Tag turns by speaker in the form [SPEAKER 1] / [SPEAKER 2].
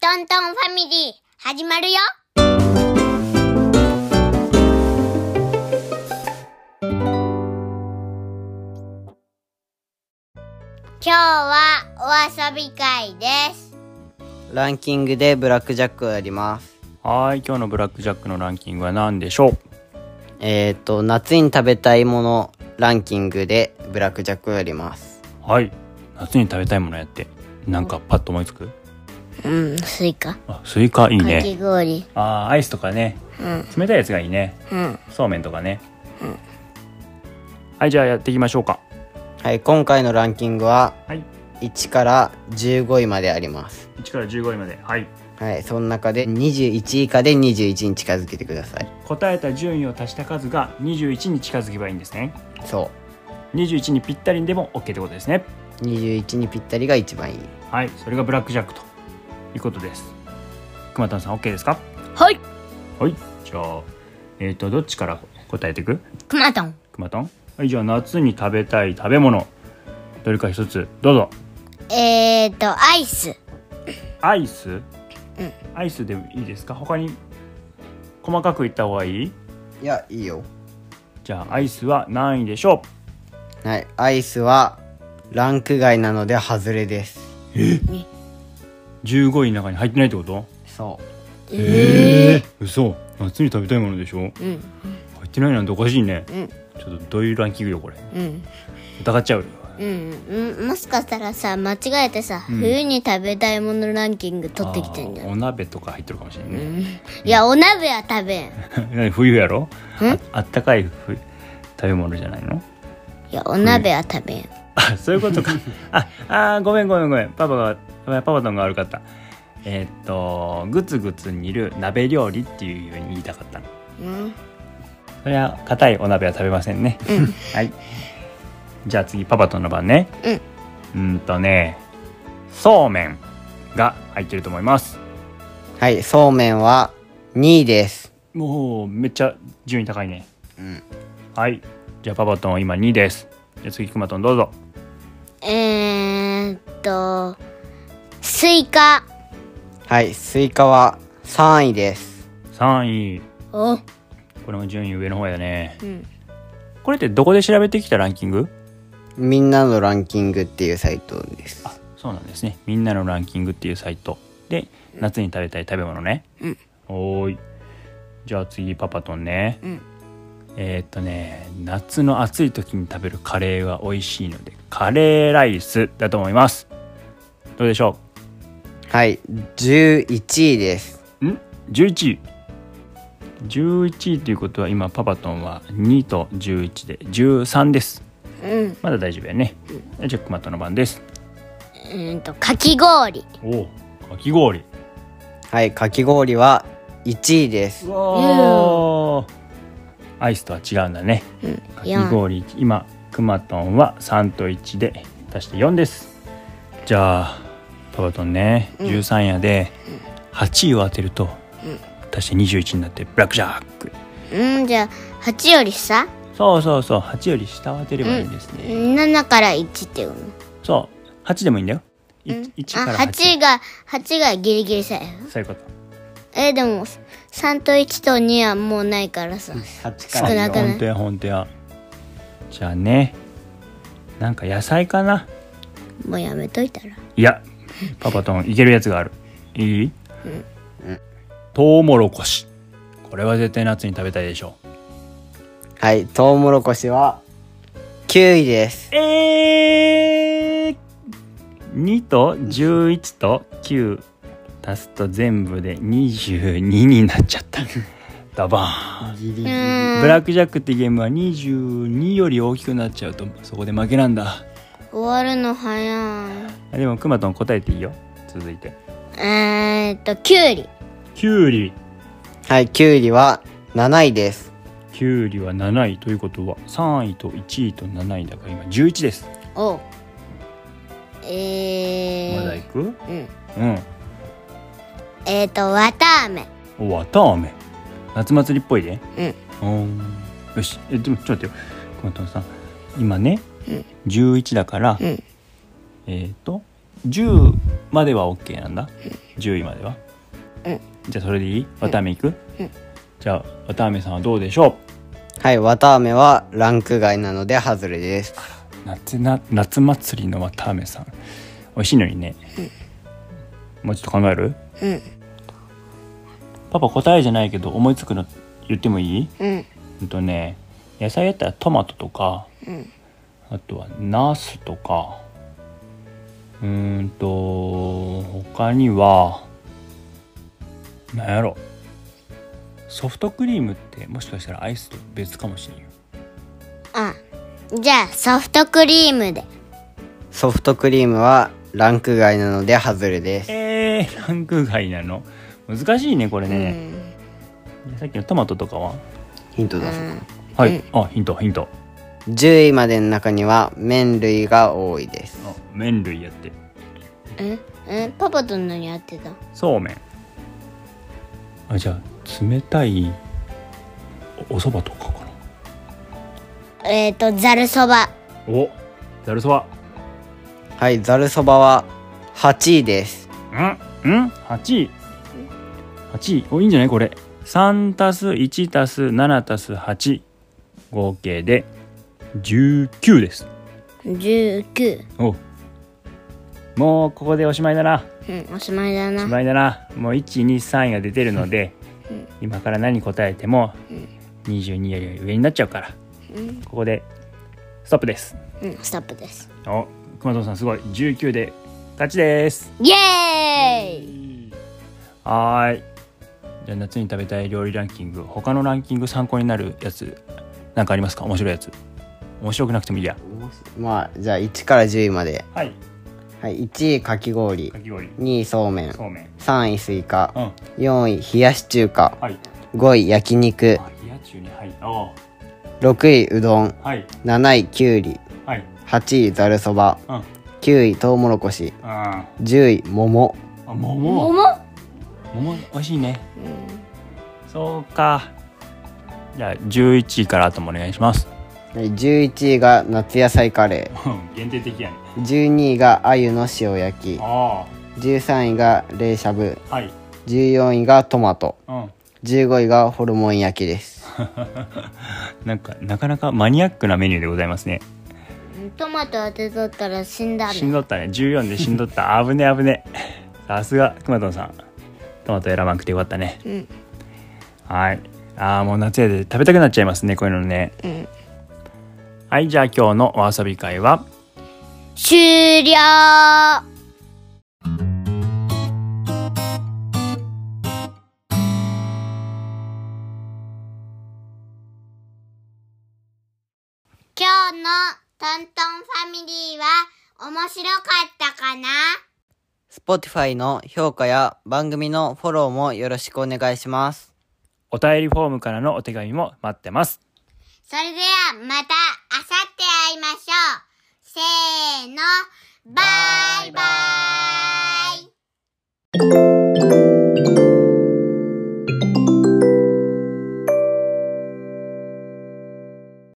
[SPEAKER 1] トントンファミリー、始まるよ今日はお遊び会です。
[SPEAKER 2] ランキングでブラックジャックをやります。
[SPEAKER 3] はーい、今日のブラックジャックのランキングは何でしょう
[SPEAKER 2] えっ、と、夏に食べたいものランキングでブラックジャックをやります。
[SPEAKER 3] はい、夏に食べたいものやって。なんかパッと思いつく
[SPEAKER 1] うん、スイカ。
[SPEAKER 3] あ、スイカいい
[SPEAKER 1] か
[SPEAKER 3] ね。
[SPEAKER 1] き氷。
[SPEAKER 3] あー、アイスとかね。冷たいやつがいいね。
[SPEAKER 1] うん。
[SPEAKER 3] そうめんとかね。はい、じゃあやっていきましょうか。
[SPEAKER 2] はい、今回のランキングは
[SPEAKER 3] はい、
[SPEAKER 2] 1から15位まであります。
[SPEAKER 3] 1から15位まで。はい。
[SPEAKER 2] はい、その中で21位以下で21に近づけてください。
[SPEAKER 3] 答えた順位を足した数が21に近づけばいいんですね。
[SPEAKER 2] そ
[SPEAKER 3] 21にぴったりにでも OK ってことですね。
[SPEAKER 2] う。21にぴったりが一番いい。
[SPEAKER 3] はい、それがブラックジャックということです。熊田さん OK ですか
[SPEAKER 1] はい。
[SPEAKER 3] はい、じゃあ、えっ、と、どっちから答えていく
[SPEAKER 1] くまとん。
[SPEAKER 3] くまとんはいじゃあ夏に食べたい食べ物どれか一つどうぞ
[SPEAKER 1] えーと、アイス。
[SPEAKER 3] アイス、アイスでいいですか他に細かく言った方がいい
[SPEAKER 2] いや、いいよ。
[SPEAKER 3] じゃあアイスは何位でしょ
[SPEAKER 2] はい、アイスはランク外なので外れです。
[SPEAKER 3] う15位の中に入ってないってこと
[SPEAKER 2] そ
[SPEAKER 3] ええ嘘夏に食べたいものでしょ
[SPEAKER 1] うん。
[SPEAKER 3] 入ってないなんておかしいね、
[SPEAKER 1] ん
[SPEAKER 3] ちょっとどういうランキングよこれ
[SPEAKER 1] うん。
[SPEAKER 3] 疑っちゃうよ
[SPEAKER 1] うん、うん、もしかしたらさ間違えてさ、冬に食べたいものランキング取ってきてんじゃ
[SPEAKER 3] あー
[SPEAKER 1] ん
[SPEAKER 3] お鍋とか入ってるかもしれないね、
[SPEAKER 1] いやお鍋は食べん
[SPEAKER 3] 何 冬やろああったかい冬食べ物じゃないの
[SPEAKER 1] いやお鍋は食べん、
[SPEAKER 3] あそういうこと かああーごめんごめんごめんパパがパパのが悪かったえーっとグツグツ煮る鍋料理っていうように言いたかったの
[SPEAKER 1] うん、
[SPEAKER 3] それは硬いお鍋は食べませんね、 はいじゃあ次パパとの番ねうんんとねそうめんが入ってると思います
[SPEAKER 2] う。はい、そうめんは2位です。
[SPEAKER 3] もうめっちゃ順位高いね
[SPEAKER 2] うん
[SPEAKER 3] はいじゃあパパとン今2ですじゃあ次くまとんどうぞ
[SPEAKER 1] えー、っとスイカ
[SPEAKER 2] はい、スイカは3位です。
[SPEAKER 3] 3位
[SPEAKER 1] お
[SPEAKER 3] これも順位上の方やね
[SPEAKER 1] うん
[SPEAKER 3] これってどこで調べてきたランキング
[SPEAKER 2] みんなのランキングっていうサイトです。
[SPEAKER 3] そうなんですね。みんなのランキングっていうサイトで夏に食べたい食べ物ね。
[SPEAKER 1] うん
[SPEAKER 3] おーい。じゃあ次パパとんね。
[SPEAKER 1] うん
[SPEAKER 3] えーっとね、夏の暑い時に食べるカレーは美味しいので、カレーライスだと思います。どうでしょ
[SPEAKER 2] はい、11位です。
[SPEAKER 3] う？ん？11位。11位ということは今パパとんは2と11で13です。
[SPEAKER 1] うん
[SPEAKER 3] まだ大丈夫やね。じゃあクマトの番です。
[SPEAKER 1] うーんとかき氷
[SPEAKER 3] おお、かき氷。
[SPEAKER 2] はい、かき氷は1位です。
[SPEAKER 3] わーアイスとは違うんだね、かき氷今くまとんは3と1で足して4ですじゃあパパとんね13夜で8位を当てると、足して21になってブラックジャック
[SPEAKER 1] うんじゃあ8よりさ
[SPEAKER 3] そうそうそう8より下を当てればいいんですね、
[SPEAKER 1] 7から1っていうの
[SPEAKER 3] そう8でもいいんだよい1
[SPEAKER 1] あ
[SPEAKER 3] から
[SPEAKER 1] 8
[SPEAKER 3] 8
[SPEAKER 1] が8がギリギリさよ
[SPEAKER 3] そういうこと
[SPEAKER 1] えでも3と1と2はもうないからさ
[SPEAKER 2] 8
[SPEAKER 1] 少なくない
[SPEAKER 3] 本当や本当やじゃあねなんか野菜かな
[SPEAKER 1] もうやめといたら
[SPEAKER 3] いや、パパとンいけるやつがある。いい、トウモロコシ。これは絶対夏に食べたいでしょ
[SPEAKER 2] はい、トウモロコシは9位です。
[SPEAKER 3] う。えー、2と11と9足すと全部で22になっちゃった。ダバーン。
[SPEAKER 2] ギリギ
[SPEAKER 1] う
[SPEAKER 2] リ
[SPEAKER 1] ーん
[SPEAKER 3] ブラックジャックってゲームは22より大きくなっちゃうとそこで負けなんだ。
[SPEAKER 1] 終わるの早い
[SPEAKER 3] あでもくまとん答えていいよ。続いて。
[SPEAKER 1] えー、っときゅうり
[SPEAKER 3] キュウリ。
[SPEAKER 2] はい、きゅうりは7位です。
[SPEAKER 3] キュウリは7位ということは3位と1位と7位だから今11です、
[SPEAKER 1] をえ
[SPEAKER 3] まだ
[SPEAKER 1] ー
[SPEAKER 3] いく
[SPEAKER 1] うん、
[SPEAKER 3] う
[SPEAKER 1] えー、っとわたあめ
[SPEAKER 3] んわたあめ夏祭りっぽいね
[SPEAKER 1] うん
[SPEAKER 3] うんよしえでもちょっと待ってよ熊友さん今ね、
[SPEAKER 1] うん
[SPEAKER 3] 11だから、
[SPEAKER 1] うん
[SPEAKER 3] えっ、と10までは OK なんだ、10位までは、
[SPEAKER 1] うん
[SPEAKER 3] じゃあそれでいいわたあめいく、じゃあわたあめさんはどうでしょ
[SPEAKER 2] はい綿あめはランク外なのでハズレです
[SPEAKER 3] う夏な夏祭りのわたあめさん美味しいのにね、もうちょっと考える
[SPEAKER 1] うん
[SPEAKER 3] パパ答えじゃないけど思いつくの言ってもいい
[SPEAKER 1] うん
[SPEAKER 3] うんとね野菜やったらトマトとか、
[SPEAKER 1] ん
[SPEAKER 3] あとはナスとかうーんと他にはなんやろソフトクリームってもしかしたらアイスと別かもしれんよ
[SPEAKER 1] あじゃあソフトクリームで
[SPEAKER 2] ソフトクリームはランク外なのでハズレです
[SPEAKER 3] えー、ランク外なの難しいねこれ
[SPEAKER 1] う
[SPEAKER 3] ね、
[SPEAKER 1] ん
[SPEAKER 3] さっきのトマトとかは
[SPEAKER 2] ヒント出
[SPEAKER 1] う
[SPEAKER 2] そうん
[SPEAKER 3] はい、あヒントヒント
[SPEAKER 2] 10位までの中には麺類が多いです
[SPEAKER 3] あ麺類やって
[SPEAKER 1] ええパパと何やってた
[SPEAKER 3] そうめんあじゃあ冷たいおお蕎麦とかかな
[SPEAKER 1] えっ、とざるそば
[SPEAKER 3] おざるそば
[SPEAKER 2] はいざるそばは8位です
[SPEAKER 3] うんうん8位8位おいいんじゃないこれ3たす1たす7たす8合計で19です
[SPEAKER 1] 19
[SPEAKER 3] おもうここでおしまいだな
[SPEAKER 1] うんおしまいだ
[SPEAKER 3] おし
[SPEAKER 1] な
[SPEAKER 3] まいだなもう123位が出てるので今から何答えても22より上になっちゃうから
[SPEAKER 1] うん、
[SPEAKER 3] ここでストップです
[SPEAKER 1] うん、ストップです
[SPEAKER 3] お熊藤さんすごい19で勝ちです
[SPEAKER 1] イエーイ
[SPEAKER 3] はーいじゃあ夏に食べたい料理ランキング他のランキング参考になるやつなんかありますか面白いやつ面白くなくてもいいや
[SPEAKER 2] まあじゃあ1から10位まで、
[SPEAKER 3] はい
[SPEAKER 2] はい、1位かき氷
[SPEAKER 3] かき氷
[SPEAKER 2] 2位そうめん
[SPEAKER 3] そうめん
[SPEAKER 2] 3位スイカ
[SPEAKER 3] うん
[SPEAKER 2] 4位冷やし中華
[SPEAKER 3] はい
[SPEAKER 2] 5位焼肉
[SPEAKER 3] あ冷や中にはいあ
[SPEAKER 2] 6位うどん
[SPEAKER 3] あはい
[SPEAKER 2] 7位きゅうり
[SPEAKER 3] はい
[SPEAKER 2] 8位ざるそば
[SPEAKER 3] うん
[SPEAKER 2] 9位とうもろこし
[SPEAKER 3] あ
[SPEAKER 2] 10位桃
[SPEAKER 3] ーあ桃
[SPEAKER 1] 桃
[SPEAKER 3] 桃美味しいねそうかじゃあ11位から後もお願いします
[SPEAKER 2] はい11位が夏野菜カレ
[SPEAKER 3] 限定的やね
[SPEAKER 2] ー12位が鮎の塩焼き
[SPEAKER 3] あ
[SPEAKER 2] 13位が冷しゃぶ
[SPEAKER 3] あはい
[SPEAKER 2] 14位がトマト
[SPEAKER 3] うん
[SPEAKER 2] 15位がホルモン焼きです
[SPEAKER 3] なんかなかなかマニアックなメニューでございますね
[SPEAKER 1] トマト当てとったら死んだ
[SPEAKER 3] しん
[SPEAKER 1] ね
[SPEAKER 3] どったね14でしんどった 危ね危ねさすがくまとんさんトマト選ばなくてよかったね
[SPEAKER 1] うん
[SPEAKER 3] はいあーもう夏やで食べたくなっちゃいますねこういうのね
[SPEAKER 1] うん
[SPEAKER 3] はいじゃあ今日のお遊び会は
[SPEAKER 1] 終了今日のトントンファミリーは面白かったかな
[SPEAKER 2] Spotify の評価や番組のフォローもよろしくお願いします
[SPEAKER 3] お便りフォームからのお手紙も待ってます
[SPEAKER 1] それではまたあさって会いましょう。せーの、バイバイ